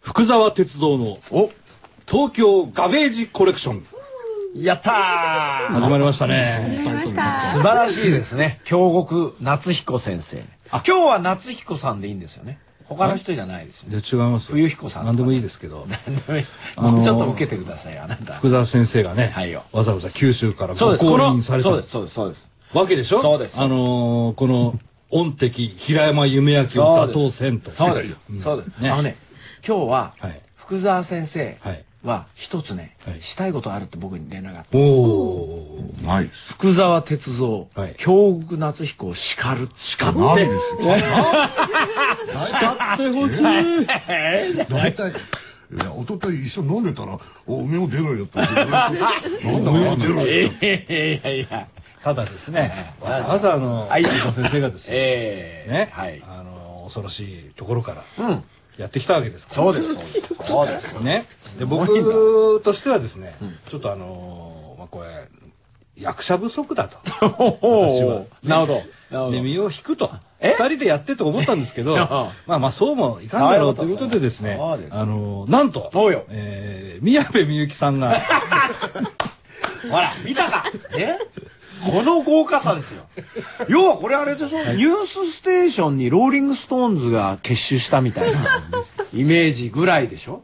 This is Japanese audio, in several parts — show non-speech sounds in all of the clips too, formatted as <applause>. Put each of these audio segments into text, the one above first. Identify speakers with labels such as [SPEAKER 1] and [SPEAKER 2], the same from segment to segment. [SPEAKER 1] 福沢哲三の
[SPEAKER 2] お
[SPEAKER 1] 東京ガベージコレクション
[SPEAKER 2] やったー
[SPEAKER 1] 始まりましたね。
[SPEAKER 2] 素晴らしいですね京極夏彦先生あ今日は夏彦さんでいいんですよね他の人じゃないですよね
[SPEAKER 1] で違いますよ。
[SPEAKER 2] 冬彦さん
[SPEAKER 1] 何でもいいですけど、のー
[SPEAKER 2] <laughs> もうちょっと受けてくださいあなた
[SPEAKER 1] 福沢先生がね、
[SPEAKER 2] はいよ
[SPEAKER 1] わざわざ九州から
[SPEAKER 2] そ
[SPEAKER 1] ご
[SPEAKER 2] うです
[SPEAKER 1] 降
[SPEAKER 2] こ
[SPEAKER 1] 臨
[SPEAKER 2] の
[SPEAKER 1] され
[SPEAKER 2] そう
[SPEAKER 1] た
[SPEAKER 2] ですそうですそうです
[SPEAKER 1] わけでしょ
[SPEAKER 2] そうです
[SPEAKER 1] あのーこの、音敵平山夢明を打倒せんと。
[SPEAKER 2] そうですそうです、
[SPEAKER 1] ね
[SPEAKER 2] あのね今日は
[SPEAKER 1] はい
[SPEAKER 2] 福沢先生は一つね、
[SPEAKER 1] はい
[SPEAKER 2] したいことあるって僕に連絡があって
[SPEAKER 1] おおー。
[SPEAKER 3] ないです。
[SPEAKER 2] 福沢哲三、
[SPEAKER 1] はい
[SPEAKER 2] 京極夏彦を叱る叱る
[SPEAKER 3] ないです。
[SPEAKER 1] 使ってほしい。
[SPEAKER 3] 大体。いや、一昨日一緒に飲んでたら、お、梅も出ろ <laughs> よって。なんだ、梅も出ろよって。
[SPEAKER 2] いやいやいや
[SPEAKER 1] ただですね、わざわざあの、
[SPEAKER 2] い
[SPEAKER 1] 藤沢先生がですね、
[SPEAKER 2] ええ
[SPEAKER 1] ね、
[SPEAKER 2] はい
[SPEAKER 1] あの恐ろしいところからやってきたわけですから、
[SPEAKER 2] そうですそう
[SPEAKER 1] <laughs>
[SPEAKER 2] ですそうです
[SPEAKER 1] ねで僕としてはですね、ちょっとあのーまあこれ役者不足だと
[SPEAKER 2] <laughs>
[SPEAKER 1] 私はね
[SPEAKER 2] なるほどなるほど
[SPEAKER 1] で身を引くと
[SPEAKER 2] え
[SPEAKER 1] 二人でやってと思ったんですけ
[SPEAKER 2] <laughs>
[SPEAKER 1] ど
[SPEAKER 2] ああ
[SPEAKER 1] まあまあそうもいかんだろうとい
[SPEAKER 2] そ
[SPEAKER 1] う
[SPEAKER 2] いうう
[SPEAKER 1] こ
[SPEAKER 2] こと
[SPEAKER 1] で
[SPEAKER 2] と
[SPEAKER 1] ですね
[SPEAKER 2] そうです
[SPEAKER 1] あのーなんと
[SPEAKER 2] そうよ
[SPEAKER 1] えー宮部みゆきさん
[SPEAKER 2] <laughs>
[SPEAKER 1] が
[SPEAKER 2] ほら見たかねこの豪華さですよ要はこれあれでしょ、ニュースステーションにローリング・ストーンズが結集したみたいなイメージぐらいでしょ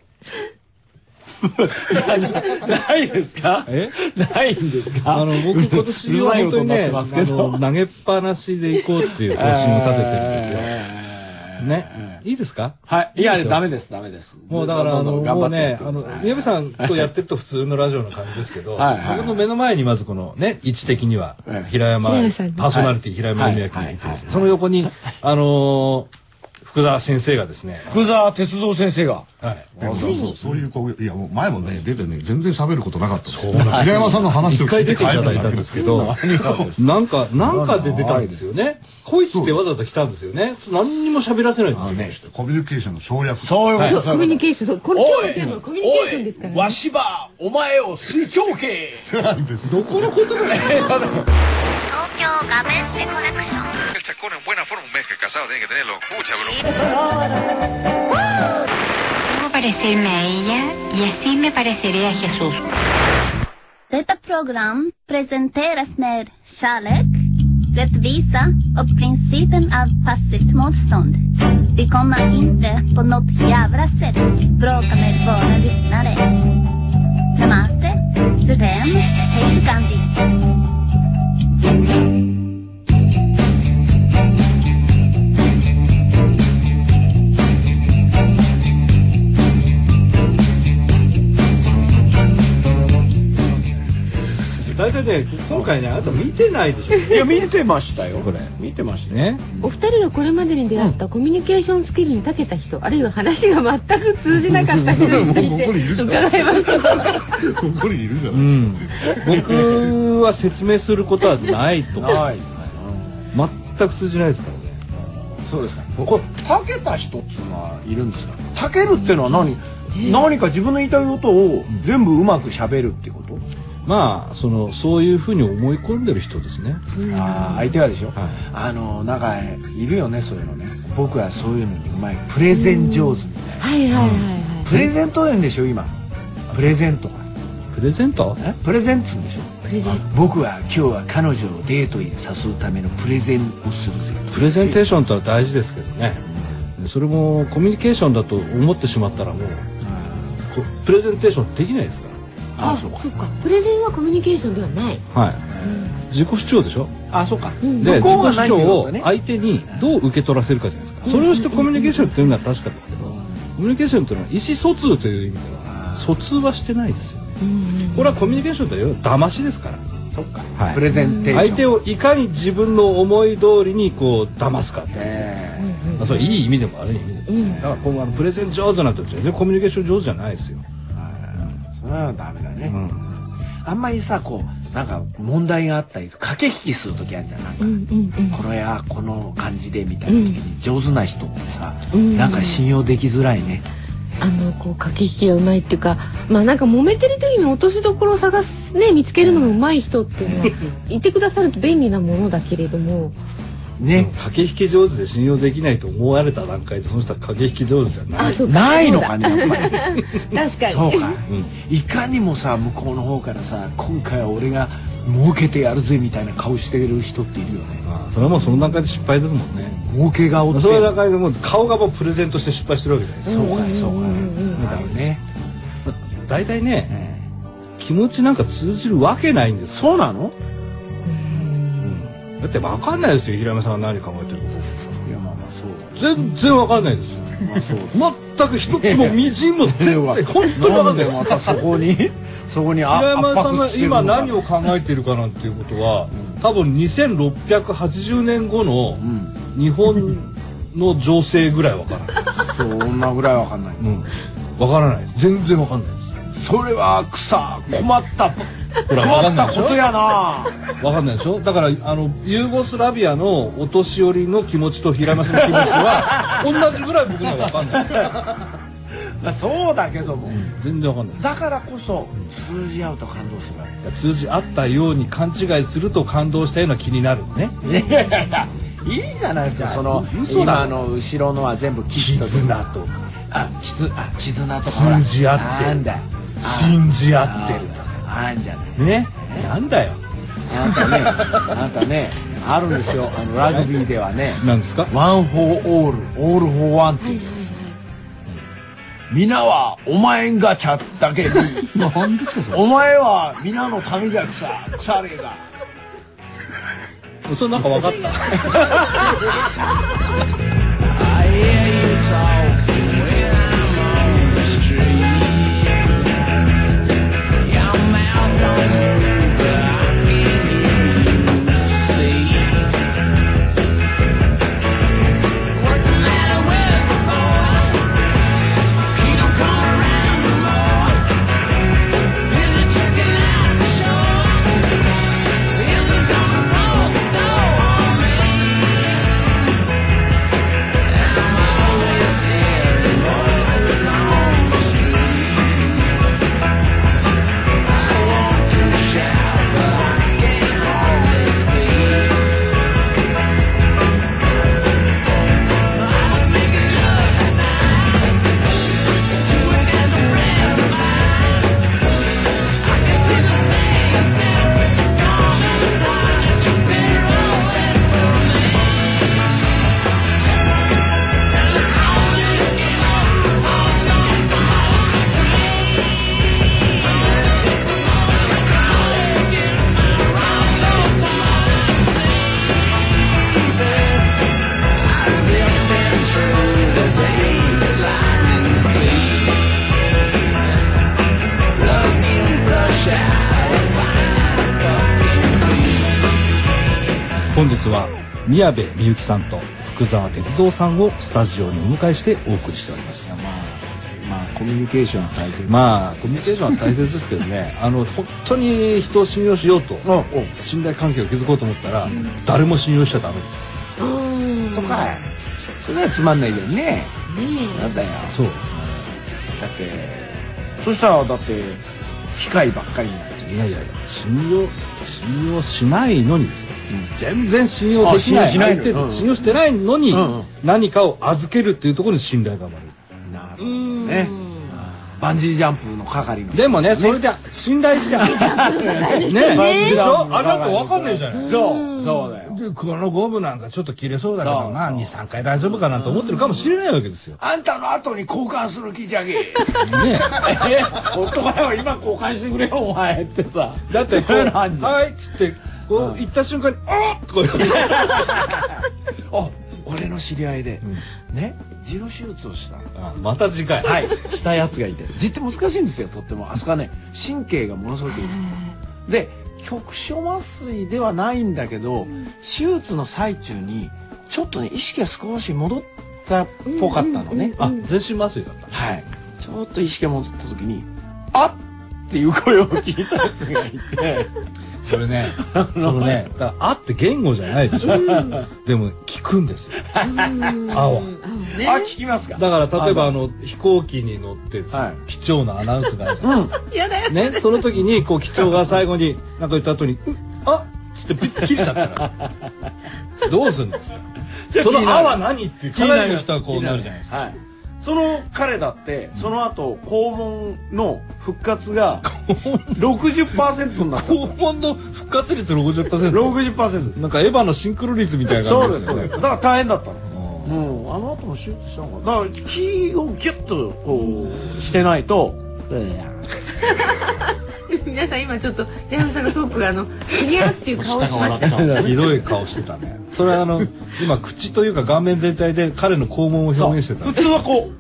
[SPEAKER 2] じゃあなないですか
[SPEAKER 1] え
[SPEAKER 2] ないんですか
[SPEAKER 1] あの僕今年は本当にね
[SPEAKER 2] うるさいことにな
[SPEAKER 1] あの
[SPEAKER 2] って
[SPEAKER 1] 投げっぱなしで行こうっていう方針を立ててるん
[SPEAKER 2] <laughs>
[SPEAKER 1] ですよ。ね、いいですか
[SPEAKER 2] はい。いや、
[SPEAKER 1] しょ
[SPEAKER 2] ダメです、ダメです。
[SPEAKER 1] もうだから、あ
[SPEAKER 2] ど
[SPEAKER 1] の、
[SPEAKER 2] んどん
[SPEAKER 1] もう
[SPEAKER 2] 頑張って
[SPEAKER 1] ね
[SPEAKER 2] っ、て
[SPEAKER 1] あ
[SPEAKER 2] くだ
[SPEAKER 1] の
[SPEAKER 2] さい、
[SPEAKER 1] 宮部さんとやってると普通のラジオの感じですけど、
[SPEAKER 2] はいはい
[SPEAKER 1] 僕の目の前にまずこのね、位置的には
[SPEAKER 2] え、え
[SPEAKER 1] 平山、パ
[SPEAKER 4] 平山さん
[SPEAKER 1] ーソナリティ平山文明君がいてですね、その横に、あのー、福沢先生がですね、
[SPEAKER 2] 福沢哲三先生が。
[SPEAKER 1] はい。
[SPEAKER 3] そうそう、そういう攻撃、いや、もう前もね、出てね、全然喋ることなかった。そう平山さんの話
[SPEAKER 1] 一
[SPEAKER 3] を聞
[SPEAKER 1] 回
[SPEAKER 3] い
[SPEAKER 1] 出て
[SPEAKER 3] て帰
[SPEAKER 1] い
[SPEAKER 3] ったたん
[SPEAKER 1] だいた
[SPEAKER 3] だけ
[SPEAKER 1] ん
[SPEAKER 3] ど
[SPEAKER 1] で。すけど、 <laughs> なんか、なんかで出たんですよね。こいつってわざわざ来たんですよね。何にも喋らせないんですよね。
[SPEAKER 3] コミュニケーションの省略。
[SPEAKER 2] そういうこと
[SPEAKER 4] そう、コミュニケーション、そうこの今日のテーマはコミュニケーションですから、ね。
[SPEAKER 2] しば、お前を水長系。
[SPEAKER 3] なんです。どこの
[SPEAKER 5] 東京ガベッセコレクション
[SPEAKER 6] El chacón en buena forma, un mes que casado tiene que tenerlo. Mucha bronca.
[SPEAKER 7] Debo parecerme a ella y así me pareceré a Jesús.
[SPEAKER 5] Detta program presenteras med kärlek, rättvisa och principen av passivt motstånd. Vi kommer inte på något jävla sätt bråka med våra lyssnare. Namaste, Judem, Hail Gandhi.
[SPEAKER 1] 大体ね、今回ね、あなた見てないでしょ。
[SPEAKER 2] <laughs> いや、見てましたよ。
[SPEAKER 1] これ
[SPEAKER 2] 見てましたね。
[SPEAKER 1] ね。
[SPEAKER 4] お二人がこれまでに出会ったコミュニケーションスキルに長けた人、あるいは話が全く通じなかった人につい
[SPEAKER 3] もうここにいる
[SPEAKER 4] て
[SPEAKER 3] じゃん
[SPEAKER 4] 伺います。
[SPEAKER 3] こにいるじゃないですか。
[SPEAKER 1] 僕は説明することはないと思う
[SPEAKER 2] はい。
[SPEAKER 1] 全く通じないですからね
[SPEAKER 2] そうですか。これ、たけた人っつうのはいるんですかたけるってのは何何か自分の言いたいことを全部うまく喋るってこと
[SPEAKER 1] まあそのそういうふうに思い込んでる人ですね
[SPEAKER 2] ああ、相手はでしょ
[SPEAKER 1] はい
[SPEAKER 2] あの、なんか、いるよね、そういうのね。僕はそういうのにうまい。プレゼン上手みたいな。
[SPEAKER 4] はいはいはいはい。
[SPEAKER 2] プレゼント言うんでしょ今プレゼントが
[SPEAKER 1] プレゼント
[SPEAKER 2] えプレゼントんでしょ
[SPEAKER 4] プレゼント
[SPEAKER 2] 僕は今日は彼女をデートに誘うためのプレゼンをするぜ
[SPEAKER 1] プレゼンテーションとは大事ですけどねそれもコミュニケーションだと思ってしまったらもうこプレゼンテーションできないですか
[SPEAKER 2] あ
[SPEAKER 4] あ、
[SPEAKER 2] そうか
[SPEAKER 4] そっか。プレゼンはコミュニケーションではない。
[SPEAKER 1] らはい自己主張でしょ
[SPEAKER 2] あそうか
[SPEAKER 1] で自
[SPEAKER 2] 向
[SPEAKER 1] 己
[SPEAKER 2] こうが
[SPEAKER 1] 主
[SPEAKER 2] 何
[SPEAKER 1] 張
[SPEAKER 2] 言おう
[SPEAKER 1] を
[SPEAKER 2] とね
[SPEAKER 1] 相手にどう受け取らせるかじゃないですかそれをしてコミュニケーションっていうのは確かですけどコミュニケーションというのは意思疎通という意味では疎通はしてないですよねこれはコミュニケーションというだましですから
[SPEAKER 2] そっか
[SPEAKER 1] はい
[SPEAKER 2] プレゼンテーション
[SPEAKER 1] 相手をいかに自分の思い通りにこう騙すかってことですねまあそれいい意味でも悪い意味でもですねだから今後あのプレゼン上手なんて全然コミュニケーション上手じゃないですよ
[SPEAKER 2] それはダメだね、あんまりさこうなんか問題があったり駆け引きする時あるじゃんなんか、これやこの感じでみたいな時に上手な人ってさ、なんか信用できづらいね、
[SPEAKER 4] あのこう駆け引きがうまいっていうかまあなんか揉めてる時に落としどころを探すね見つけるのがうまい人っていうのは言ってくださると便利なものだけれども
[SPEAKER 1] うん
[SPEAKER 2] ね。
[SPEAKER 1] 駆け引き上手で信用できないと思われた段階でその人は駆け引き上手じゃない
[SPEAKER 4] あそうか
[SPEAKER 2] ないのかね、やっぱり。
[SPEAKER 4] 確かに
[SPEAKER 2] そうか、
[SPEAKER 1] うん
[SPEAKER 2] いかにもさ向こうの方からさ今回は俺が儲けてやるぜみたいな顔してる人っているよね
[SPEAKER 1] まあそれはもうその段階で失敗ですもんね
[SPEAKER 2] 儲け顔って
[SPEAKER 1] その段階でもう顔がもうプレゼントして失敗してるわけじゃないですか
[SPEAKER 2] そうかいそうかいあるね
[SPEAKER 1] 大体ね気持ちなんか通じるわけないんです
[SPEAKER 2] そうなの
[SPEAKER 1] だってわかんないですよ平山さんは何考えてるか
[SPEAKER 2] いやまあまあそう
[SPEAKER 1] 全然わかんないですよ
[SPEAKER 2] まあそう
[SPEAKER 1] 全く一つもみじんも全然本当にわか
[SPEAKER 2] <laughs> なん
[SPEAKER 1] んな
[SPEAKER 2] で
[SPEAKER 1] いです
[SPEAKER 2] またそこ
[SPEAKER 1] <laughs>
[SPEAKER 2] にそこにあ
[SPEAKER 1] 平山さんが
[SPEAKER 2] 圧迫してるの
[SPEAKER 1] 今
[SPEAKER 2] か
[SPEAKER 1] 何を考えているかなんていうことは多分2680年後の
[SPEAKER 2] ん
[SPEAKER 1] 日本の情勢ぐらいわからない、
[SPEAKER 2] そう女ぐらいわかんない
[SPEAKER 1] うん、わからないです全然わかんないです
[SPEAKER 2] それは草困った
[SPEAKER 1] ほらわか
[SPEAKER 2] 困
[SPEAKER 1] ん
[SPEAKER 2] っ
[SPEAKER 1] ないで
[SPEAKER 2] たこ
[SPEAKER 1] しょ
[SPEAKER 2] とやな
[SPEAKER 1] わかんないでしょだからあのユーゴスラビアのお年寄りの気持ちと平山さんの気持ちは同じぐらい僕にはわかんない
[SPEAKER 2] そうだけども
[SPEAKER 1] 全然わかんない
[SPEAKER 2] だからこそ通じ合うと感動するわけ
[SPEAKER 1] 通じ合ったように勘違いすると感動したような気になるのね
[SPEAKER 2] いやいやいやいいじゃないですかその
[SPEAKER 1] 嘘だ
[SPEAKER 2] 今の後ろのは全部絆
[SPEAKER 1] 絆とか
[SPEAKER 2] あきあ絆とかほら
[SPEAKER 1] 通じ合って
[SPEAKER 2] な
[SPEAKER 1] る
[SPEAKER 2] んだ
[SPEAKER 1] 信じ合
[SPEAKER 2] あ
[SPEAKER 1] ってるとか
[SPEAKER 2] あんじゃない
[SPEAKER 1] ねなんだよ
[SPEAKER 2] あなたねあなたねあるんですよあのラグビーではね
[SPEAKER 1] なんですか
[SPEAKER 2] ワン・フォー・オールオール・フォー・ワンっていう皆はお前がちゃだけに
[SPEAKER 3] 何ですかそれ
[SPEAKER 2] お前は皆のためじゃくさ腐れが
[SPEAKER 1] それなんか分かった本日は宮部みゆきさんと福沢哲三さんをスタジオにお迎えしてお送りしております
[SPEAKER 2] まあコミュニケーションは大切
[SPEAKER 1] まあコミュニケーションは大切ですけどね <laughs> あの本当に人を信用しようと
[SPEAKER 2] おうおう
[SPEAKER 1] 信頼関係を築こうと思ったら誰も信用しちゃダメです
[SPEAKER 2] とかそれはつまんないじゃんねなんだよ
[SPEAKER 1] そう
[SPEAKER 2] だってそしたらだって機械ばっかりになっちゃ
[SPEAKER 1] いやいやいや信用信用しないのにですよ全然信用できな
[SPEAKER 2] あ
[SPEAKER 1] い
[SPEAKER 2] 信用しないの
[SPEAKER 1] 相手
[SPEAKER 2] うんうん
[SPEAKER 1] 信用してないのに
[SPEAKER 2] んうん
[SPEAKER 1] 何かを預けるっていうところに信頼が生まれる
[SPEAKER 2] うなるほどねバンジージャンプの係の
[SPEAKER 1] でもね、それで <laughs> 信頼してあげる。ね、でしょあなたわかんないじゃない。
[SPEAKER 2] そうそうだ
[SPEAKER 1] で、
[SPEAKER 2] よ
[SPEAKER 1] このゴムなんかちょっと切れそうだけ
[SPEAKER 2] そ
[SPEAKER 1] ど
[SPEAKER 2] う
[SPEAKER 1] な、2、3回大丈夫かなと思ってるかもしれないわけですよ。
[SPEAKER 2] あんたの後に交換する気じゃけえ
[SPEAKER 1] <laughs> ね。
[SPEAKER 2] 男前は今交換してくれよお前ってさ
[SPEAKER 1] だって、こ、
[SPEAKER 2] <laughs> そう
[SPEAKER 1] <laughs>
[SPEAKER 2] ういうのあんじゃん
[SPEAKER 1] はいっつって、こう、行った瞬間に、あっとか言われて。
[SPEAKER 2] あ俺の知り合いで、ね痔の手術をした
[SPEAKER 1] <laughs> また次回。
[SPEAKER 2] はいしたやつがいて痔って難しいんですよとってもあそこはね神経がものすごくいいで局所麻酔ではないんだけど、手術の最中にちょっとね意識が少し戻ったっぽかったのね、
[SPEAKER 1] あ、全身麻酔だった。
[SPEAKER 2] はいちょっと意識が戻った時に「あっ!」っていう声を聞いたやつがいて
[SPEAKER 1] それね、そのね、だからあって言語じゃないでしょ。でも、聞くんですよ。あは。
[SPEAKER 2] 「あ聞きますか?」
[SPEAKER 1] だから例えばあの飛行機に乗ってです、
[SPEAKER 2] は
[SPEAKER 1] 機長のアナウンスがあるじゃないですか。ね、その時にこう機長が最後に何か言った後に「うあっ」つってピッて切れちゃったらどうするんですか
[SPEAKER 2] じゃあ
[SPEAKER 1] その
[SPEAKER 2] 気になる
[SPEAKER 1] あは何っていうかなりの人はこうなるじゃないですか
[SPEAKER 2] はいその彼だってその後肛門の復活が60%になった
[SPEAKER 1] 肛門の復活率
[SPEAKER 2] <laughs>
[SPEAKER 1] 60%?
[SPEAKER 2] 60%
[SPEAKER 1] なんかエヴァのシンクロ率みたいな
[SPEAKER 2] そう
[SPEAKER 1] 感
[SPEAKER 2] で
[SPEAKER 1] じ
[SPEAKER 2] す
[SPEAKER 1] です
[SPEAKER 2] そう
[SPEAKER 1] よ
[SPEAKER 2] です
[SPEAKER 1] ね
[SPEAKER 2] だから大変だったのうんあの後も手術したのかなだから気をギュッとこうしてないと
[SPEAKER 4] <laughs> 皆さん今ちょっと矢山さんがすごくあのふにゃーっていう顔をしました
[SPEAKER 1] ひどい顔してたねそれはあの今口というか顔面全体で彼の肛門を表現してた
[SPEAKER 2] 普通はこ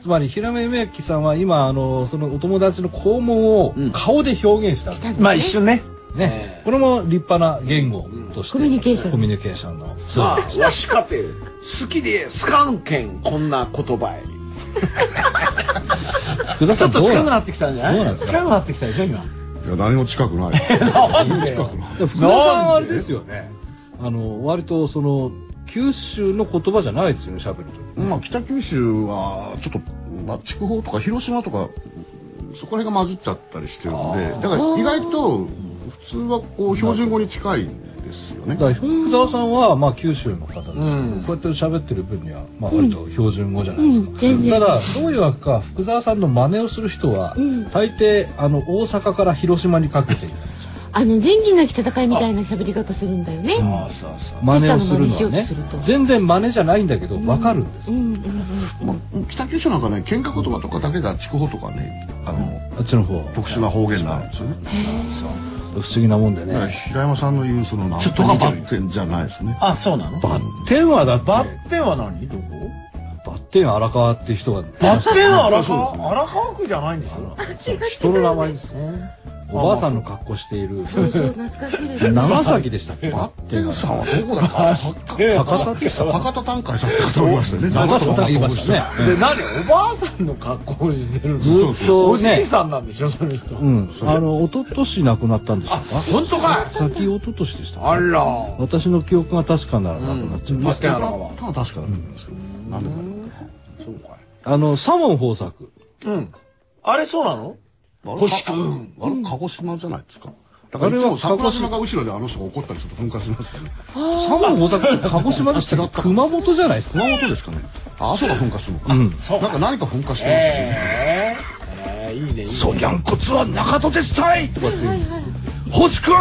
[SPEAKER 1] つまり平目めきさんは今あのそのお友達の肛門を顔で表現した、 <laughs>
[SPEAKER 2] うまあ一瞬ね
[SPEAKER 1] ね、これも立派な言語として、
[SPEAKER 4] コミュニケーション
[SPEAKER 1] コミュニケーションのツー
[SPEAKER 2] ま
[SPEAKER 1] ル
[SPEAKER 2] あわしかて好きで好かんけんこんな言葉へ
[SPEAKER 1] 福田
[SPEAKER 2] ち
[SPEAKER 1] さ
[SPEAKER 2] ょ
[SPEAKER 1] ん
[SPEAKER 2] っと
[SPEAKER 1] どう
[SPEAKER 2] 近く
[SPEAKER 1] な
[SPEAKER 2] なんってきたんじゃない
[SPEAKER 1] どうなんですか
[SPEAKER 2] 近くなってきたでしょ今
[SPEAKER 3] いや何も近くない。
[SPEAKER 1] 福田さんはあれですよねあの割とその九州の言葉じゃないですよねしゃべると
[SPEAKER 3] <laughs> まあ北九州はちょっと、まあ、筑豊とか広島とかそこら辺が混じっちゃったりしてるんでだから意外と普通はこう標準語に近いんですよね。
[SPEAKER 1] だから福沢さんはまあ九州の方ですけど、こうやって喋ってる分にはまあ割と標準語じゃないですか、
[SPEAKER 4] うん全然
[SPEAKER 1] ただどういうわけか福沢さんの真似をする人は、大抵あの大阪から広島にかけて
[SPEAKER 4] あの仁義なき戦いみたいな喋り方するんだよね
[SPEAKER 2] あそうそう
[SPEAKER 1] 真似をするのは
[SPEAKER 4] ピッチャーの真似しようと
[SPEAKER 1] ね
[SPEAKER 4] すると
[SPEAKER 1] 全然真似じゃないんだけどわかるんですよ、
[SPEAKER 3] まあ、北九州なんかね喧嘩言葉とかだけが筑豊とかねあの
[SPEAKER 1] あっちの方
[SPEAKER 3] 特殊な方言なんですよね。
[SPEAKER 1] 不思議なもんでね、
[SPEAKER 3] だから平山さんの言うそのなんとかバッテンじゃないですね。
[SPEAKER 2] あそうなのバ
[SPEAKER 1] バッテンはだってバ
[SPEAKER 2] ッテンは何どこ
[SPEAKER 1] ッテン荒川って人が
[SPEAKER 2] バッテンは荒川荒川区じゃないんですよ
[SPEAKER 1] 人の名前ですよ <laughs> おばあさんの格好している
[SPEAKER 4] そうそう懐かしいですね
[SPEAKER 1] 長崎でしたっけ
[SPEAKER 3] バッテンさんはどこだか
[SPEAKER 1] 博多でした
[SPEAKER 3] 博多短海さんって方がいましたよね。
[SPEAKER 1] 長崎と言いましたね
[SPEAKER 2] で何おばあさんの格好をしてるの
[SPEAKER 1] ずっ
[SPEAKER 2] お
[SPEAKER 1] と
[SPEAKER 2] じい
[SPEAKER 1] ね
[SPEAKER 2] さんなんでしょその人
[SPEAKER 1] うんあの一昨年亡くなったんでしたか
[SPEAKER 2] 本当かい
[SPEAKER 1] 先一昨年でしたか
[SPEAKER 2] あら
[SPEAKER 1] 私の記憶が確かならなくなっちゃいま
[SPEAKER 2] バ
[SPEAKER 1] した
[SPEAKER 2] ッテン荒川
[SPEAKER 3] ただ確かなんですけど、なんでか
[SPEAKER 2] そうか
[SPEAKER 1] あのサモン豊 <laughs> 作
[SPEAKER 2] いうんあれそうなの
[SPEAKER 3] 星くん。あれ、鹿児島じゃないですか。だからいつも桜島が後ろであの人が怒ったりすると噴火しますよね。
[SPEAKER 1] サモン豊作って鹿児島でしたっけ熊本じゃないですか
[SPEAKER 3] 熊本ですかね。あ、阿蘇が噴火するのか。なんか何か噴火してますよね。
[SPEAKER 2] ええいいねいいね
[SPEAKER 1] そりゃんこつは中戸ですたいとかって言う星くん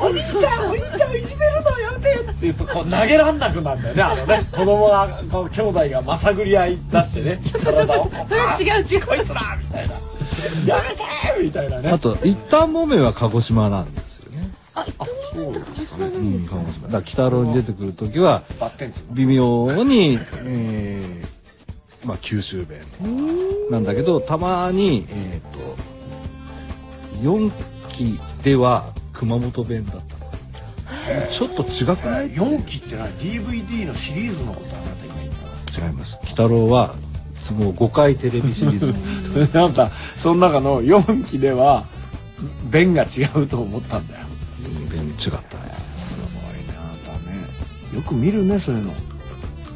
[SPEAKER 2] おじいちゃんおじいちゃんをいじめるのやめてって言うとこう投げらんなくなるんだよねあのね子供がこう兄弟がまさぐり合い出してね体を
[SPEAKER 4] それは違う違う
[SPEAKER 2] こいつらみたいなやめてみたいなね
[SPEAKER 1] あと一旦もめは鹿児島なんですよね。
[SPEAKER 3] そうなんですかね。
[SPEAKER 1] うん、鹿児島。だから北郎に出てくる時は
[SPEAKER 2] バッテンズ
[SPEAKER 1] 微妙に、えーまあ九州弁なんだけど、たまにえっ、と四期では熊本弁だった。ちょっと違くない？違
[SPEAKER 2] 4期ってない DVD のシリーズのことはあなた今言った
[SPEAKER 1] います。北郎はもう五回テレビシリーズ。
[SPEAKER 2] <laughs> なんかその中の4期では弁が違うと思ったんだよ
[SPEAKER 1] 弁違った。
[SPEAKER 2] すごいなあなたねよく見るねそういうの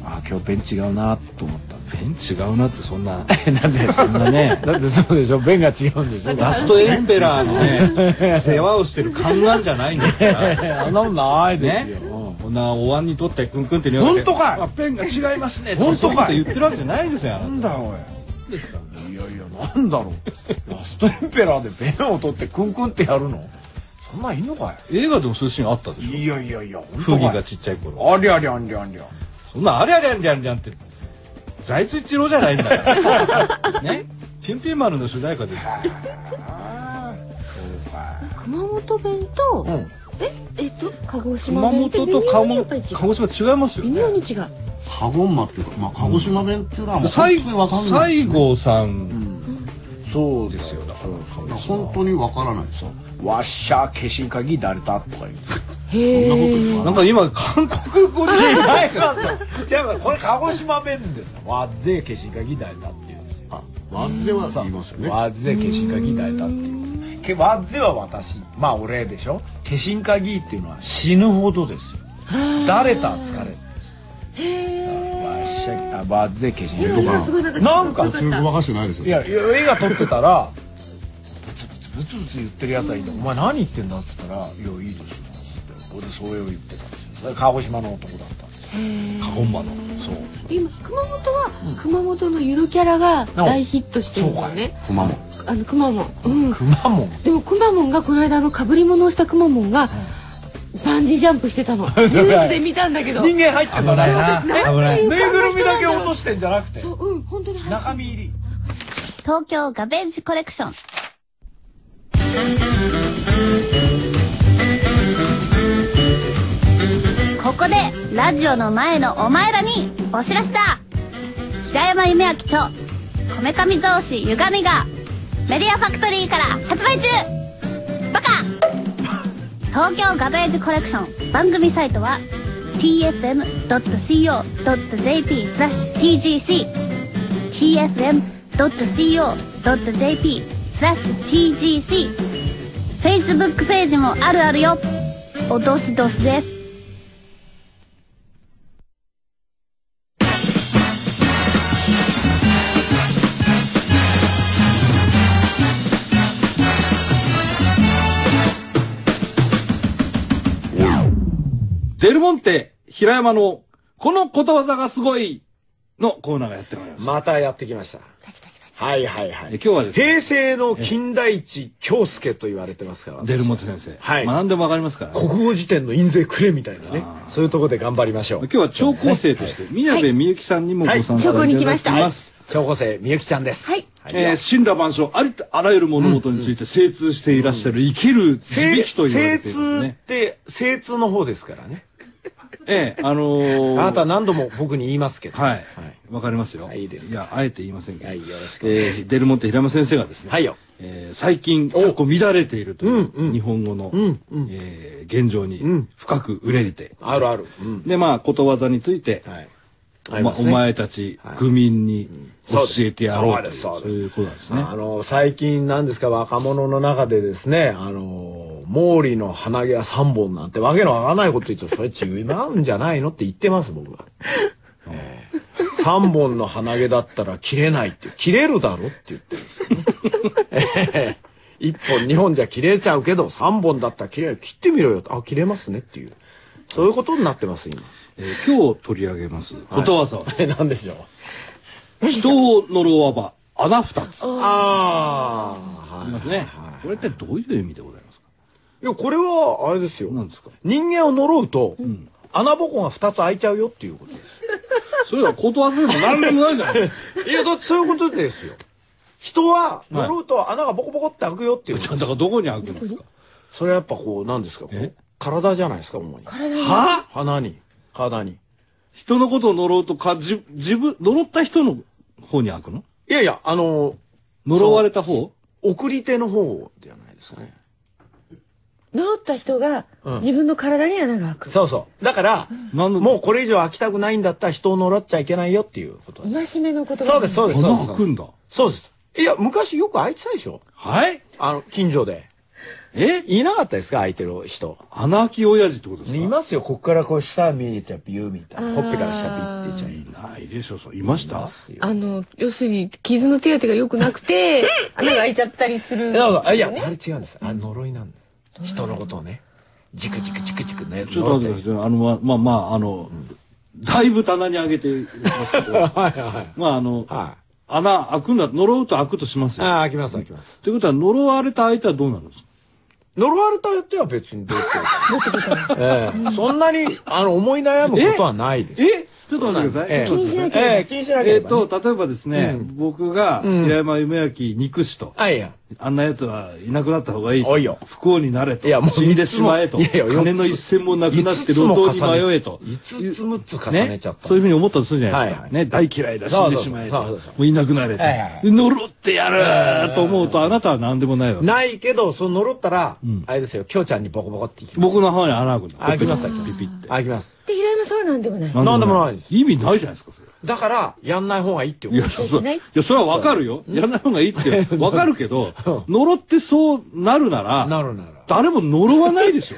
[SPEAKER 2] ああ今日弁違うなと思っ
[SPEAKER 1] 弁違うなってそんな
[SPEAKER 2] たなんで
[SPEAKER 1] そんなね。
[SPEAKER 2] だってそうでしょ弁が違うんでしょ
[SPEAKER 1] ラストエンペラーのね世話をしてる観覧じゃないんですから
[SPEAKER 2] えあんなもんないです
[SPEAKER 1] ね
[SPEAKER 2] よ、
[SPEAKER 1] こんなお椀にとってクンクンって匂い
[SPEAKER 2] 本当かい
[SPEAKER 1] あペンが違いますね
[SPEAKER 2] 本当
[SPEAKER 1] とそうい
[SPEAKER 2] かい
[SPEAKER 1] うこと言ってるわけじゃないですよあ
[SPEAKER 2] な
[SPEAKER 1] なん
[SPEAKER 2] だおいいやいやなんだろうラストエンペラーで弁を取ってクンクンってやるのそんなんいんのか
[SPEAKER 1] た映画でもそういうシーンあったで
[SPEAKER 2] い
[SPEAKER 1] し
[SPEAKER 2] いやいやいや
[SPEAKER 1] ょ
[SPEAKER 2] 本
[SPEAKER 1] フ
[SPEAKER 2] 当
[SPEAKER 1] ギ
[SPEAKER 2] か
[SPEAKER 1] が
[SPEAKER 2] い
[SPEAKER 1] ちっちゃい頃
[SPEAKER 2] ありゃりゃんりゃんりゃん
[SPEAKER 1] そんなありゃりゃりゃりゃんって財津一郎じゃないんだからねピンピン丸の主題歌でですよ
[SPEAKER 4] 熊本弁と、
[SPEAKER 2] ん
[SPEAKER 4] ええっと鹿児島
[SPEAKER 1] 熊
[SPEAKER 4] 弁っ
[SPEAKER 1] 本
[SPEAKER 4] て
[SPEAKER 1] と
[SPEAKER 4] 微
[SPEAKER 1] 鹿
[SPEAKER 4] 妙に
[SPEAKER 1] も
[SPEAKER 4] やっぱり違
[SPEAKER 1] 鹿
[SPEAKER 4] う
[SPEAKER 1] 児島違いますよ
[SPEAKER 4] 微
[SPEAKER 1] ね
[SPEAKER 4] 妙に違う
[SPEAKER 3] カゴンマっていうか、まあ、鹿児島弁っていうのはもう本
[SPEAKER 1] 西
[SPEAKER 3] 当にわかんない。
[SPEAKER 1] 西郷さん
[SPEAKER 2] そうですよだからそう
[SPEAKER 3] 本当にわからないですよ。
[SPEAKER 2] わっしゃ消し鍵誰だとか言って
[SPEAKER 4] へえ
[SPEAKER 1] なんか今韓国語じ
[SPEAKER 2] 違い
[SPEAKER 1] ゃない
[SPEAKER 2] ますよ違いますこれ鹿児島弁ですよわっぜ消し鍵誰だっていうんですよ
[SPEAKER 3] あ、ワンゼは言いますよね。
[SPEAKER 2] わっぜ消し鍵誰だっていうんですけわっぜは私まあ俺でしょ消し鍵っていうのは死ぬほどですよ誰だ疲れるんですわっしゃあわっぜ消し鍵
[SPEAKER 4] 今すごいなんか
[SPEAKER 2] なんか
[SPEAKER 4] よ
[SPEAKER 3] 普通ごまかしてないですよ
[SPEAKER 2] い。やいや映画撮ってたらブツブツブツブツ言ってるやつはいいんだ、お前何言ってんだっつったら「いやいいですよ」つって俺それを言ってたんですよそれ鹿児島の男だったんです鹿児島のそう
[SPEAKER 4] 今熊本は熊本のゆるキャラが大ヒットしてるんですよね。
[SPEAKER 3] 熊も
[SPEAKER 4] あの熊本、うん。
[SPEAKER 2] くまモン
[SPEAKER 4] でもくまモンがこの間あの被り物をしたくまモンがバンジージャンプして
[SPEAKER 2] <laughs>
[SPEAKER 4] たの。ニュースで見たんだけど。
[SPEAKER 2] 人間入ってんだね
[SPEAKER 4] 私なんていう
[SPEAKER 2] ぬいぐるみだけ落と
[SPEAKER 4] し
[SPEAKER 2] してんじゃなくて
[SPEAKER 4] そううん本当に入ってる
[SPEAKER 2] 中身入り
[SPEAKER 8] 東京ガベージコレクションここでラジオの前のお前らにお知らせだ平山夢明著こめかみ増子ゆがみがメディアファクトリーから発売中バカ東京ガベージコレクション番組サイトは tfm.co.jp スラッシュ tgc tfm.co.jp スラッシュ tgc Facebook ページもあるあるよおどすどすで
[SPEAKER 1] デルモンテ平山のこのことわざがすごいのコーナーがやってまいりました。
[SPEAKER 2] またやってきましたはいはいは
[SPEAKER 1] え
[SPEAKER 2] い
[SPEAKER 1] 今日はですね
[SPEAKER 2] 平成の近代一京介と言われてますから
[SPEAKER 1] デルモンテ先生。
[SPEAKER 2] はい
[SPEAKER 1] まあ何でもわかりますからね、
[SPEAKER 2] 国語辞典の印税くれみたいなねそういうとこで頑張りましょう
[SPEAKER 1] 今日は超高生として、宮部みゆきさんにもご参加いただいて
[SPEAKER 4] は
[SPEAKER 1] お
[SPEAKER 4] い
[SPEAKER 1] り
[SPEAKER 4] は
[SPEAKER 1] ま
[SPEAKER 4] い
[SPEAKER 1] す。
[SPEAKER 2] 超高生みゆきちゃんです
[SPEAKER 4] はい
[SPEAKER 1] えー、神羅万象、ありとあらゆる物事について精通していらっしゃる、生きる地引きと言われているんです
[SPEAKER 2] 精通
[SPEAKER 1] ね
[SPEAKER 2] っ。て精通の方ですからね
[SPEAKER 1] ええ、あのー、
[SPEAKER 2] あなた何度も僕に言いますけど
[SPEAKER 1] はい。わ、
[SPEAKER 2] はい
[SPEAKER 1] かりますよ。
[SPEAKER 2] はいいいですか
[SPEAKER 1] や、あえて言いませんけど。
[SPEAKER 2] はいよろしくお願いし
[SPEAKER 1] え
[SPEAKER 2] ます
[SPEAKER 1] ーデルモンテ平山先生がですね。
[SPEAKER 2] はいよ
[SPEAKER 1] えー最近、そこ乱れているという、日本語の、えー現状に深く憂いて。
[SPEAKER 2] あるあるうん
[SPEAKER 1] で、まあ、ことわざについて、
[SPEAKER 2] はい
[SPEAKER 1] まあお前たち、愚民に教えてやろう
[SPEAKER 2] そう
[SPEAKER 1] とい
[SPEAKER 2] で
[SPEAKER 1] う、
[SPEAKER 2] す
[SPEAKER 1] そ
[SPEAKER 2] そ
[SPEAKER 1] いうこと
[SPEAKER 2] ううです
[SPEAKER 1] なんですね。
[SPEAKER 2] あの最近なんですか若者の中でですねあの毛利の鼻毛は3本なんてわけのわからないこと言ってそれ違うんじゃないのって言ってます僕 <laughs> は、ええ3本の鼻毛だったら切れないって切れるだろって言ってるんですよね、ええ1本2本じゃ切れちゃうけど3本だったら切れない切ってみろよあ切れますねっていうそういうことになってます今
[SPEAKER 1] えー今日取り上げます、ことわざは、
[SPEAKER 2] え何でしょう
[SPEAKER 1] 人を呪わば、穴二つ。あ
[SPEAKER 2] ああはい
[SPEAKER 1] りますね。これってどういう意味でございますか
[SPEAKER 2] いやこれはあれですよ
[SPEAKER 1] なんですか
[SPEAKER 2] 人間を呪うと、穴ぼこが2つ開いちゃうよっていうことです
[SPEAKER 1] それはことわざでも何でもないじゃない
[SPEAKER 2] <laughs> いやだってそういうことですよ人は呪うと穴がボコボコって開くよっていうこ
[SPEAKER 1] ち
[SPEAKER 2] と
[SPEAKER 1] ゃんだからどこに開くんですか
[SPEAKER 2] それはやっぱこうなんですかこう体じゃないですか主に
[SPEAKER 1] は
[SPEAKER 2] 鼻に体に
[SPEAKER 1] 人のことを呪うとか、じ、自分、呪った人の方に開くの
[SPEAKER 2] いやいやあの
[SPEAKER 1] 呪われた方
[SPEAKER 2] 送り手の方じゃないですかね
[SPEAKER 4] 呪った人が
[SPEAKER 2] うん
[SPEAKER 4] 自分の体に穴が開く。
[SPEAKER 2] そうそうだから
[SPEAKER 1] なんの
[SPEAKER 2] もうこれ以上開きたくないんだったら人を呪っちゃいけないよっていうことです
[SPEAKER 4] 戒めの言葉。
[SPEAKER 2] そうですそうですそう
[SPEAKER 1] 穴
[SPEAKER 2] です
[SPEAKER 1] 開くんだ。
[SPEAKER 2] そうですいや昔よく開いてたでしょ
[SPEAKER 1] はい
[SPEAKER 2] あの近所で
[SPEAKER 1] え
[SPEAKER 2] いなかったですか開いてる人
[SPEAKER 1] 穴開き親父ってことですか
[SPEAKER 2] いますよこっからこう下見えちゃビューみたいなほっぺから下ビっていっちゃう
[SPEAKER 1] いないでしょ、そう。いました
[SPEAKER 4] あの要するに傷の手当てが良くな
[SPEAKER 2] <laughs>
[SPEAKER 4] くて穴が開いちゃったりする。
[SPEAKER 2] だからあいやあれ違うんですあ呪いなんです人のことをねジクジクジクジクね
[SPEAKER 1] ちょっと待ってください。あの、ま、まあ、まあ、あの、だいぶ棚に上げてます <laughs> けど、
[SPEAKER 2] はいはい
[SPEAKER 1] まあ、あの、
[SPEAKER 2] はい
[SPEAKER 1] 穴開くんだ、呪うと開くとしますよ。
[SPEAKER 2] ああ開きます開きます
[SPEAKER 1] ということは、呪われた相手はどうなるんですか
[SPEAKER 2] 呪われたっては別にどうってことない <laughs> ええそんなにあの思い悩むことはないです
[SPEAKER 1] えちょっと待ってください。
[SPEAKER 2] ええ
[SPEAKER 1] ちょっと待ってください
[SPEAKER 2] ええ気にしなけ
[SPEAKER 1] え
[SPEAKER 2] れ
[SPEAKER 1] っ
[SPEAKER 2] ばね
[SPEAKER 1] と、例えばですね、僕が平山夢明憎しと、
[SPEAKER 2] あいや
[SPEAKER 1] あんな奴はいなくなった方がいいと。
[SPEAKER 2] おいよ
[SPEAKER 1] 不幸になれと。
[SPEAKER 2] いやもう
[SPEAKER 1] 死んでしまえと。
[SPEAKER 2] いやいや四つ
[SPEAKER 1] 金の一銭もなくなって
[SPEAKER 2] 五つも
[SPEAKER 1] 路
[SPEAKER 2] 重
[SPEAKER 1] 頭
[SPEAKER 2] ね
[SPEAKER 1] に迷えと。
[SPEAKER 2] 5つ6つ重ね
[SPEAKER 1] ね
[SPEAKER 2] ちゃっ、た
[SPEAKER 1] そういうふうに思ったとするじゃないですか。
[SPEAKER 2] はいはい
[SPEAKER 1] ね、大嫌いだ、死
[SPEAKER 2] そ
[SPEAKER 1] ん
[SPEAKER 2] う
[SPEAKER 1] で
[SPEAKER 2] そ
[SPEAKER 1] し
[SPEAKER 2] うそう
[SPEAKER 1] まえと。
[SPEAKER 2] そうそうそう
[SPEAKER 1] もういなくなれと。
[SPEAKER 2] はいはいはい
[SPEAKER 1] 呪ってやると思うと、あなたは何でもないわけ。
[SPEAKER 2] ないけどその呪ったらあれですよきょうちゃんにボコボコっていきます
[SPEAKER 1] 僕の母に穴開くんだ。
[SPEAKER 2] 開きます
[SPEAKER 1] ピ
[SPEAKER 2] 開きます
[SPEAKER 1] ピって。
[SPEAKER 2] 開きます
[SPEAKER 4] で平山さんは何でもない。
[SPEAKER 2] なんでもないです
[SPEAKER 1] 意味ないじゃないですか。それ
[SPEAKER 2] だからやんない方がいいってこ
[SPEAKER 1] い
[SPEAKER 2] と
[SPEAKER 1] や、そいや、それはわかるよ。やんない方がいいって、
[SPEAKER 2] <laughs>
[SPEAKER 1] わかるけど、呪ってそうなるなら、
[SPEAKER 2] なるなら
[SPEAKER 1] 誰も呪わないでしょ。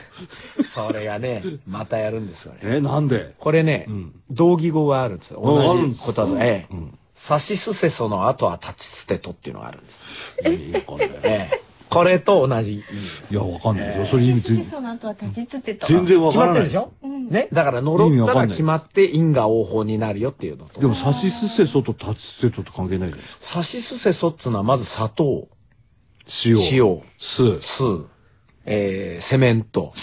[SPEAKER 2] それがねまたやるんですよね
[SPEAKER 1] え、なんで
[SPEAKER 2] これね、同義語があるんですよ
[SPEAKER 1] ああるんで
[SPEAKER 2] 同
[SPEAKER 1] す
[SPEAKER 2] じ
[SPEAKER 1] か
[SPEAKER 2] ことわざええ「さしすせその後は立ち捨てと」っていうのがあるんです
[SPEAKER 1] いいこれ
[SPEAKER 2] ええこれと同じ。
[SPEAKER 1] いや、わかんないよ。それ意味
[SPEAKER 4] シ
[SPEAKER 1] 全
[SPEAKER 4] ソの後は立ちつってた。
[SPEAKER 1] 全然わ
[SPEAKER 2] 決
[SPEAKER 1] か
[SPEAKER 2] まっ
[SPEAKER 1] らな
[SPEAKER 2] て
[SPEAKER 1] い
[SPEAKER 2] るでしょね。だから
[SPEAKER 1] 意味
[SPEAKER 2] 呪っ
[SPEAKER 1] わ
[SPEAKER 2] た
[SPEAKER 1] かんな
[SPEAKER 2] ら
[SPEAKER 1] い
[SPEAKER 2] 決まって因果応報になるよっていうのと。
[SPEAKER 1] でも、サシスセソとタチステソと関係ないじゃないですか。
[SPEAKER 2] さしすせそっつうのはまず砂糖、
[SPEAKER 1] 塩。
[SPEAKER 2] 塩
[SPEAKER 1] 酢。
[SPEAKER 2] 酢、えー、セメント。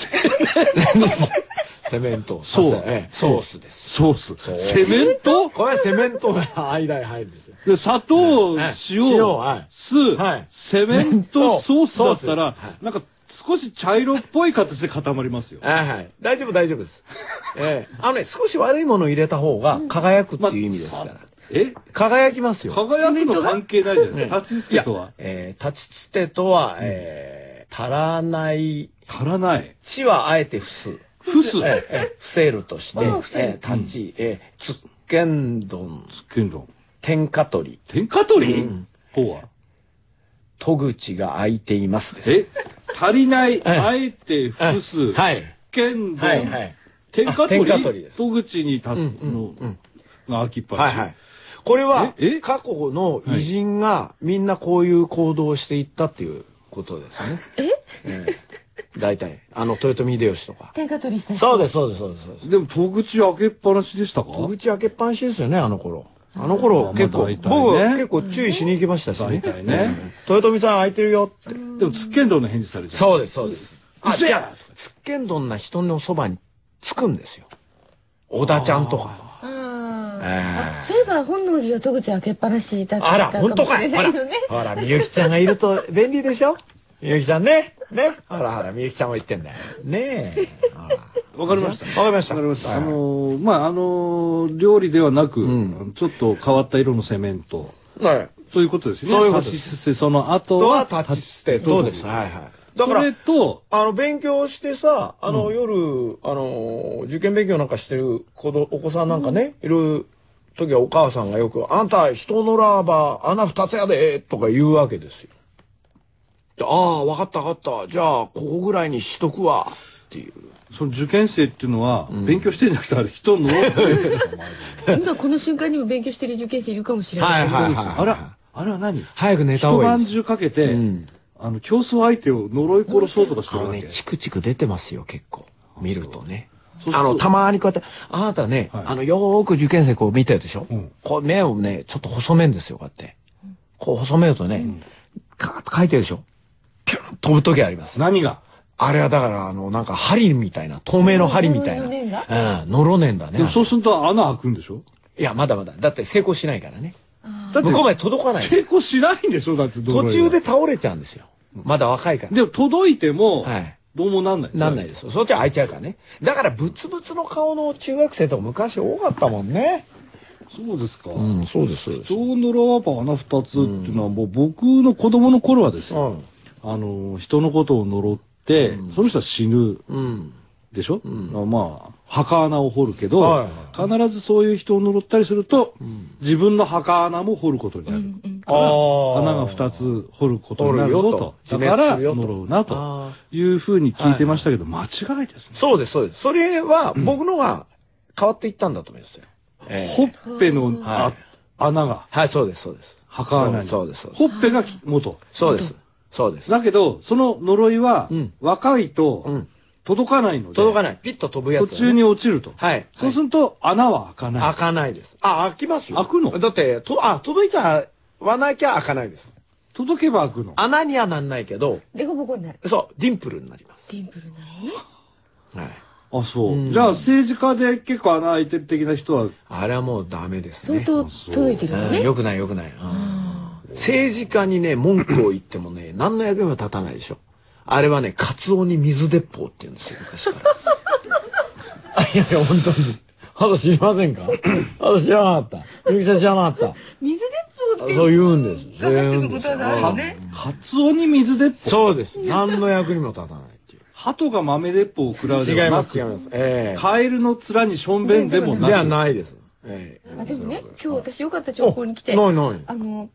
[SPEAKER 2] <laughs> セメント。
[SPEAKER 1] そう
[SPEAKER 2] させええソースです。
[SPEAKER 1] ソース。セメント
[SPEAKER 2] これはセメントが間に入るんですよ。
[SPEAKER 1] で砂糖、
[SPEAKER 2] はい塩はい
[SPEAKER 1] 塩、酢
[SPEAKER 2] はい、
[SPEAKER 1] セメン
[SPEAKER 2] は
[SPEAKER 1] ト、
[SPEAKER 2] い
[SPEAKER 1] ソースだった
[SPEAKER 2] ソー
[SPEAKER 1] ら
[SPEAKER 2] スですは、
[SPEAKER 1] なんか少し茶色っぽい形で固まりますよ。
[SPEAKER 2] <laughs> はいはい。大丈夫大丈夫 <laughs> です。ええあのね、少し悪いものを入れた方が輝くっていう意味ですから。
[SPEAKER 1] え
[SPEAKER 2] 輝きますよ。
[SPEAKER 1] 輝くの関係ないじゃないですか。タチス
[SPEAKER 2] い
[SPEAKER 1] テ
[SPEAKER 2] や
[SPEAKER 1] とは。
[SPEAKER 2] えー、立ちつてとは、えー、足らない、
[SPEAKER 1] 足らない。
[SPEAKER 2] 地はあえて伏す。
[SPEAKER 1] フス。
[SPEAKER 2] えーえー伏せるとして、えー、立ち、えー、つっけんどん、
[SPEAKER 1] つっけんどん。
[SPEAKER 2] 天下取り、
[SPEAKER 1] 天下取りほうは。
[SPEAKER 2] 戸口が開いていますです。
[SPEAKER 1] え足りない、あえて、伏す、
[SPEAKER 2] はい
[SPEAKER 1] つっけんど
[SPEAKER 2] はい
[SPEAKER 1] ん
[SPEAKER 2] はい。
[SPEAKER 1] 天下
[SPEAKER 2] あ天下
[SPEAKER 1] 取
[SPEAKER 2] 取り
[SPEAKER 1] り
[SPEAKER 2] です
[SPEAKER 1] 戸口に立つのが秋っぱ
[SPEAKER 2] は
[SPEAKER 1] ないし。
[SPEAKER 2] はい。これは
[SPEAKER 1] ええ、
[SPEAKER 2] 過去の偉人がみんなこういう行動をしていったっていうことですね。え大体。あの、豊臣秀吉とか。
[SPEAKER 4] 天下取りした人。
[SPEAKER 2] そうです、そうです、そうです。そうです
[SPEAKER 1] でも、戸口開けっぱなしでしたか
[SPEAKER 2] 戸口開けっぱなしですよね、あの頃。あの頃、
[SPEAKER 1] あ
[SPEAKER 2] 結構、
[SPEAKER 1] まあ大体ね
[SPEAKER 2] 僕は結構注意しに行きましたし
[SPEAKER 1] 大
[SPEAKER 2] ね。
[SPEAKER 1] 体ね。
[SPEAKER 2] 豊臣さん空いてるよって。
[SPEAKER 1] でも、つっけんどんの返事されちゃう。
[SPEAKER 2] そうです、そうです。あ、
[SPEAKER 1] 嘘
[SPEAKER 2] じ
[SPEAKER 1] や
[SPEAKER 2] ゃあ、つっけんどんな人のそばにつくんですよ。小田ちゃんとか。
[SPEAKER 4] あそういえば本能寺は戸口開けっぱなしだった
[SPEAKER 2] あら、
[SPEAKER 4] か
[SPEAKER 2] 本当
[SPEAKER 4] もし
[SPEAKER 2] か
[SPEAKER 4] れ
[SPEAKER 2] い。
[SPEAKER 4] な
[SPEAKER 2] ほ
[SPEAKER 4] い
[SPEAKER 2] ら
[SPEAKER 4] よね。、
[SPEAKER 2] ほら、みゆきちゃんがいると便利でしょみゆきちゃんね。ね。ほらほら、みゆきちゃんも言ってんだよ。ねえ。
[SPEAKER 1] わかりました。
[SPEAKER 2] わかりました。
[SPEAKER 1] わかりました。あのー、まあ、あのー、料理ではなく、ちょっと変わった色のセメント。
[SPEAKER 2] はい。
[SPEAKER 1] ということですね。
[SPEAKER 2] そういうこと
[SPEAKER 1] 差
[SPEAKER 2] です
[SPEAKER 1] しすせその後
[SPEAKER 2] とは
[SPEAKER 1] は、
[SPEAKER 2] 立ち捨て。どうですはいはい。だから
[SPEAKER 1] それ、と、
[SPEAKER 2] あの、勉強してさ、あの、夜、あの、受験勉強なんかしてる子ど、お子さんなんかね、いる時はお母さんがよく、あんた、人のラーバー、穴二つやで、とか言うわけですよ。でああ、わかったわかった。じゃあ、ここぐらいにしとくわ、っていう。
[SPEAKER 1] その受験生っていうのは、勉強してるんじゃなくて、あれ人
[SPEAKER 2] <laughs>
[SPEAKER 1] の、
[SPEAKER 4] <laughs> 今この瞬間にも勉強してる受験生いるかもしれない。
[SPEAKER 2] はい
[SPEAKER 1] あれ、あれは何
[SPEAKER 2] 早く寝た
[SPEAKER 1] 一
[SPEAKER 2] 方がい
[SPEAKER 1] 晩
[SPEAKER 2] いです。
[SPEAKER 1] 中かけて、あの、競争相手を呪い殺そうとかして
[SPEAKER 2] あ
[SPEAKER 1] る
[SPEAKER 2] の
[SPEAKER 1] わけ。
[SPEAKER 2] ね、チクチク出てますよ、結構。見るとね。
[SPEAKER 1] そう
[SPEAKER 2] あ
[SPEAKER 1] そう
[SPEAKER 2] の、たまにこうやって、あなたね、あの、よーく受験生こう見てるでしょ、こう目をね、ちょっと細めんですよ、こうやって。こう細めるとね、カーッと書いてるでしょピュン飛ぶ時あります。
[SPEAKER 1] 何が
[SPEAKER 2] あれはだから、あの、なんか針みたいな、透明の針みたいな。
[SPEAKER 4] 呪いの念
[SPEAKER 2] うん、のろねんだね。
[SPEAKER 1] でもそうすると穴開くんでしょ
[SPEAKER 2] いや、まだまだ。だって成功しないからね。
[SPEAKER 1] だって
[SPEAKER 2] 向こうまで届かない。
[SPEAKER 1] 成功しないんでしょだって呪いは
[SPEAKER 2] 途中で。倒れちゃうんですよ。まだ若いから。
[SPEAKER 1] でも届いても
[SPEAKER 2] はい、
[SPEAKER 1] どうもなんない。
[SPEAKER 2] なんないですよ。そっちは開いちゃうからね。だから、ブツブツの顔の中学生とか昔多かったもんね。
[SPEAKER 1] そうですか。
[SPEAKER 2] うん、そうです、そうで
[SPEAKER 1] 人を呪わば穴二つっていうのはもう僕の子供の頃はですよ。
[SPEAKER 2] うん。
[SPEAKER 1] あの、人のことを呪って、その人は死ぬ。
[SPEAKER 2] うん。
[SPEAKER 1] でしょ、まあ墓穴を掘るけど、
[SPEAKER 2] はい
[SPEAKER 1] 必ずそういう人を呪ったりすると、自分の墓穴も掘ることになる、
[SPEAKER 2] ああ
[SPEAKER 1] 穴が2つ掘ることになるぞ
[SPEAKER 2] 掘るよ
[SPEAKER 1] と
[SPEAKER 2] と
[SPEAKER 1] だから
[SPEAKER 2] 自滅するよと
[SPEAKER 1] 呪うな
[SPEAKER 2] あ
[SPEAKER 1] というふうに聞いてましたけど、間違いですね、
[SPEAKER 2] そうです、そうです。それは、僕のが変わっていったんだと思いますよ。ええ
[SPEAKER 1] ほっぺの、あ
[SPEAKER 2] はい
[SPEAKER 1] 穴が
[SPEAKER 2] はい、そうです、そうです。
[SPEAKER 1] 墓穴に
[SPEAKER 2] そうです、そうです。
[SPEAKER 1] ほっぺがき元
[SPEAKER 2] そうです。そうです。
[SPEAKER 1] だけどその呪いは、
[SPEAKER 2] ん
[SPEAKER 1] 若いと
[SPEAKER 2] ん
[SPEAKER 1] 届かないので、
[SPEAKER 2] 届かない。ピッと飛ぶや
[SPEAKER 1] 途
[SPEAKER 2] つ、
[SPEAKER 1] 中に。落ちると、
[SPEAKER 2] はい
[SPEAKER 1] そうすると穴は開かない、
[SPEAKER 2] 開かないです。あ、開きますよ。
[SPEAKER 1] 開くの
[SPEAKER 2] だって、と、あ、届いちゃわなきゃ開かないです。
[SPEAKER 1] 届けば開くの
[SPEAKER 2] 穴にはなんないけど、
[SPEAKER 4] でこぼこになる。
[SPEAKER 2] そう、ディンプルになります。
[SPEAKER 4] テンプルな
[SPEAKER 2] はい。
[SPEAKER 1] あ、そう。じゃあ政治家で結構穴開いてる的な人は、
[SPEAKER 2] あれはもうダメです
[SPEAKER 4] 相
[SPEAKER 2] ね。
[SPEAKER 4] 当届いてるよ
[SPEAKER 2] うん
[SPEAKER 4] ね。
[SPEAKER 2] よくないよくない。うん政治家にね、文句を言ってもね、 <laughs> 何の役にも立たないでしょ。あれはね、カツオに水鉄砲って言うんですよ、昔から。あ <laughs> いやいや、本当に。あと知りませ <laughs> んかあと知らなかった。ゆきちゃん知らなかっ
[SPEAKER 4] 水鉄砲
[SPEAKER 2] た
[SPEAKER 4] って。
[SPEAKER 2] そう言うんです。そう言うんです
[SPEAKER 4] かかってることはないよね
[SPEAKER 1] カツオに水鉄砲。
[SPEAKER 2] そうです。何の役にも立たないっていう。
[SPEAKER 1] 鳩が豆鉄砲を食らうで
[SPEAKER 2] 違
[SPEAKER 1] はいな
[SPEAKER 2] ます、
[SPEAKER 1] く、
[SPEAKER 2] 違います。ええ
[SPEAKER 1] カエルの面にしょんべんでもな
[SPEAKER 2] で
[SPEAKER 1] く。
[SPEAKER 2] はないです。ええ
[SPEAKER 4] あでもね今日私よかった情報に来て
[SPEAKER 2] おないない
[SPEAKER 4] あの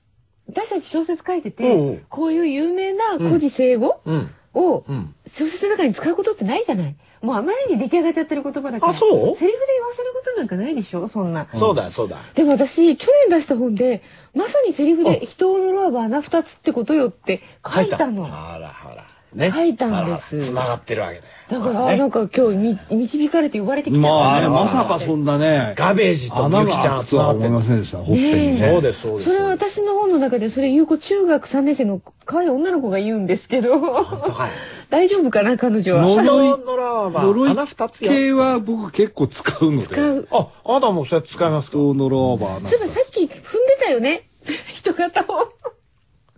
[SPEAKER 4] 私たち小説書いて
[SPEAKER 2] おうお
[SPEAKER 4] て
[SPEAKER 2] う
[SPEAKER 4] こういう有名な古事成語
[SPEAKER 2] うん。
[SPEAKER 4] を
[SPEAKER 2] ん
[SPEAKER 4] 小説の中に使うことってないじゃない。もうあまりに出来上がっちゃってる言葉だから。
[SPEAKER 2] あそう
[SPEAKER 4] セリフで言わせることなんかないでしょそんな。
[SPEAKER 2] そうだそうだ
[SPEAKER 4] でも私去年出した本でまさにセリフで「人を呪わば穴二つってことよ」って書いたの。
[SPEAKER 2] あらほらね
[SPEAKER 4] 書いたんです
[SPEAKER 2] つながってるわけだよ
[SPEAKER 4] だからなんか今日み導かれて呼ばれてきた
[SPEAKER 1] まあねまさかそんなね
[SPEAKER 2] ガベージと
[SPEAKER 1] 穴
[SPEAKER 2] ミキちゃ
[SPEAKER 1] が開
[SPEAKER 2] ん
[SPEAKER 1] く
[SPEAKER 2] 集
[SPEAKER 1] と
[SPEAKER 2] ま
[SPEAKER 1] は
[SPEAKER 2] って
[SPEAKER 1] 思いま
[SPEAKER 2] る
[SPEAKER 1] せんでしたほっぺにね
[SPEAKER 2] そうですそうです
[SPEAKER 4] それは私の本の中でそれ優子中学3年生の可愛い女の子が言うんですけ
[SPEAKER 2] と
[SPEAKER 4] ど
[SPEAKER 2] かい
[SPEAKER 4] 大丈夫かな彼女は。
[SPEAKER 2] 人のラは
[SPEAKER 1] 呪い
[SPEAKER 2] 穴二つよ
[SPEAKER 1] 系は僕結構使うので
[SPEAKER 4] 使う。
[SPEAKER 2] ああなたもそれ使いますか
[SPEAKER 1] 人のローバーなん
[SPEAKER 4] そういえば
[SPEAKER 1] か
[SPEAKER 4] さっき踏んでたよね <laughs> 人型を。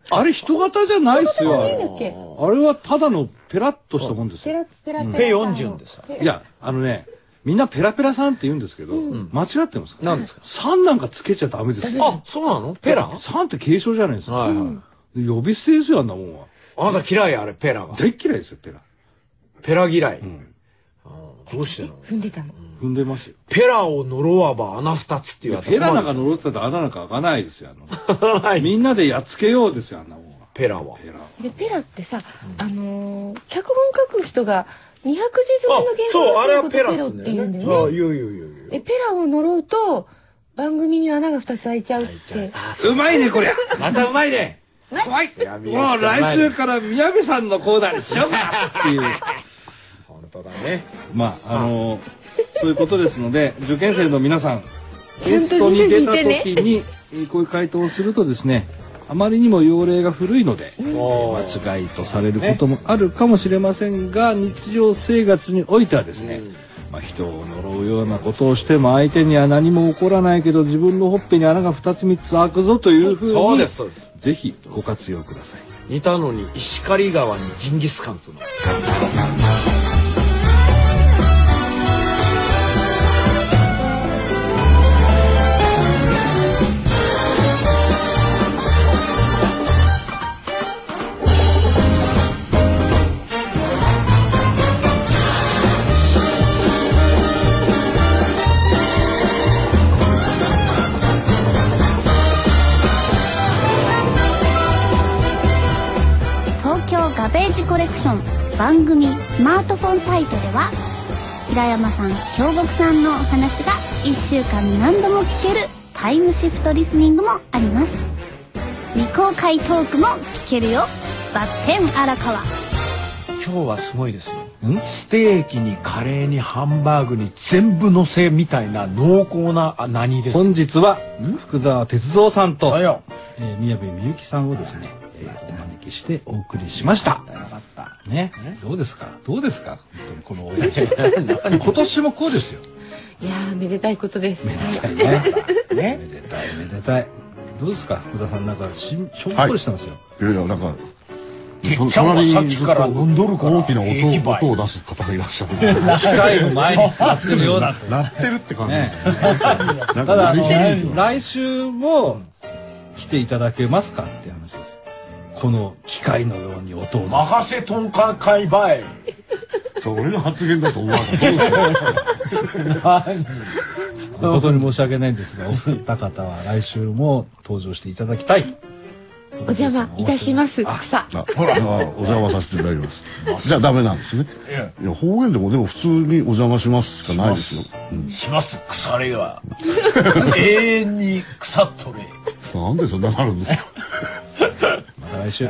[SPEAKER 1] あれ人型じゃないっすよあ
[SPEAKER 4] 何だ
[SPEAKER 1] れ
[SPEAKER 4] っけ
[SPEAKER 1] あれはただのペラッとしたもんです
[SPEAKER 4] ペ
[SPEAKER 1] よ
[SPEAKER 4] ラペラペラ。
[SPEAKER 2] ペヨンジュンでさ
[SPEAKER 1] いやあのねみんなペラペラさんって言うんですけど、間違ってますから
[SPEAKER 2] 何ですか
[SPEAKER 1] さんなんかつけちゃダメですよ
[SPEAKER 2] あそうなのペラはい
[SPEAKER 1] さんって継承じゃないですか、
[SPEAKER 2] はい
[SPEAKER 1] 呼び捨てですよあんなもんは
[SPEAKER 2] あなた嫌いあれペラが
[SPEAKER 1] 大っ嫌いですよペラ
[SPEAKER 2] ペラ嫌いあーどうしてなの
[SPEAKER 4] 踏んでたの。
[SPEAKER 1] 踏んでますよ
[SPEAKER 2] ペラを呪わば穴二つって言われた
[SPEAKER 1] ペラなんか呪ってたら穴なんか開かないですよあのみんなでやっつけようですよあんなもんは
[SPEAKER 2] ペラは
[SPEAKER 1] ペラ
[SPEAKER 4] でペラってさ、あのー脚本書く人が200字詰
[SPEAKER 2] あ
[SPEAKER 4] め
[SPEAKER 2] そ
[SPEAKER 4] の原
[SPEAKER 2] うあれ
[SPEAKER 4] 稿
[SPEAKER 2] は
[SPEAKER 4] を
[SPEAKER 2] ペラ
[SPEAKER 4] ペラ
[SPEAKER 2] っ
[SPEAKER 4] ペロってて
[SPEAKER 2] 言
[SPEAKER 4] 言
[SPEAKER 2] う
[SPEAKER 4] う
[SPEAKER 2] ん
[SPEAKER 4] ん
[SPEAKER 2] だ
[SPEAKER 4] だ
[SPEAKER 2] よねあ
[SPEAKER 4] よね。
[SPEAKER 2] 言う言う言う
[SPEAKER 4] でペラを呪うと番組に穴が2つ開いちゃうって。
[SPEAKER 1] うまいねこりゃ
[SPEAKER 4] <laughs>
[SPEAKER 2] またうまいね
[SPEAKER 1] 怖い
[SPEAKER 2] や宮
[SPEAKER 1] もう
[SPEAKER 2] 崎さん
[SPEAKER 1] 来週から宮部さんのコーナーにしようかなっていう
[SPEAKER 2] 本当だね
[SPEAKER 1] まああのそういうことですので受験生の皆さん
[SPEAKER 4] ち
[SPEAKER 1] テ
[SPEAKER 4] ゃんと
[SPEAKER 1] ストに出た
[SPEAKER 4] 見てね
[SPEAKER 1] 時にえーこういう回答をするとですねあまりにも用例が古いので
[SPEAKER 2] もう
[SPEAKER 1] 間違いとされることもあるかもしれませんが日常生活においてはですね、まあ、人を呪うようなことをしても相手には何も起こらないけど自分のほっぺに穴が2つ3つ開くぞというふう
[SPEAKER 2] そう
[SPEAKER 1] に
[SPEAKER 2] ですそうです
[SPEAKER 1] ぜひご活用ください。
[SPEAKER 2] 似たのに石狩川にジンギスカンっつうの
[SPEAKER 8] 東京ガベージコレクション番組スマートフォンサイトでは平山さん京極さんのお話が1週間に何度も聞けるタイムシフトリスニングもあります未公開トークも聞けるよバッテン荒川
[SPEAKER 2] 今日はすごいですね
[SPEAKER 1] ん
[SPEAKER 2] ステーキにカレーにハンバーグに全部乗せみたいな濃厚なあ何です
[SPEAKER 1] 本日は福沢哲三さんと
[SPEAKER 2] だ、よ
[SPEAKER 1] えー宮部みゆきさんをですね、えーお招きしてお送りしました。ね、どうですかどうですか本当にこのお祝
[SPEAKER 2] <laughs>
[SPEAKER 1] い今年もこうですよ。
[SPEAKER 4] いやーめでたいことです。
[SPEAKER 1] ね
[SPEAKER 2] ね
[SPEAKER 1] めでたいめでたい。どうですか福田さんなんかしんしょんぼりしてますよ。
[SPEAKER 3] いやいやなんか
[SPEAKER 2] ちゃんはさっきから飲んどるから
[SPEAKER 3] 大きな音
[SPEAKER 2] 駅
[SPEAKER 3] を
[SPEAKER 2] 前
[SPEAKER 3] 音を出す方がいらっしゃる
[SPEAKER 1] 機械の前に座ってるようだと。
[SPEAKER 3] 鳴ってるって感じですよねなん
[SPEAKER 1] ただ
[SPEAKER 3] か
[SPEAKER 1] あの
[SPEAKER 3] 嬉しい
[SPEAKER 1] 来週も来ていただけますかって話です。この機械のように音を出す。
[SPEAKER 2] 任せとんかんかいばい
[SPEAKER 3] そう俺の発言だと思わなかった
[SPEAKER 1] 誠に申し訳ないんですが、お二方は来週も登場していただきたい。
[SPEAKER 4] お邪魔いたします草。
[SPEAKER 3] あほら、あお邪魔させていただきます。じゃあダメなんですね。いや、方言でもでも普通にお邪魔しますしかないですよ。
[SPEAKER 2] します腐れが永
[SPEAKER 3] <laughs>
[SPEAKER 2] 遠に腐っとれ
[SPEAKER 3] なんでそんななるんですか。
[SPEAKER 1] また来週。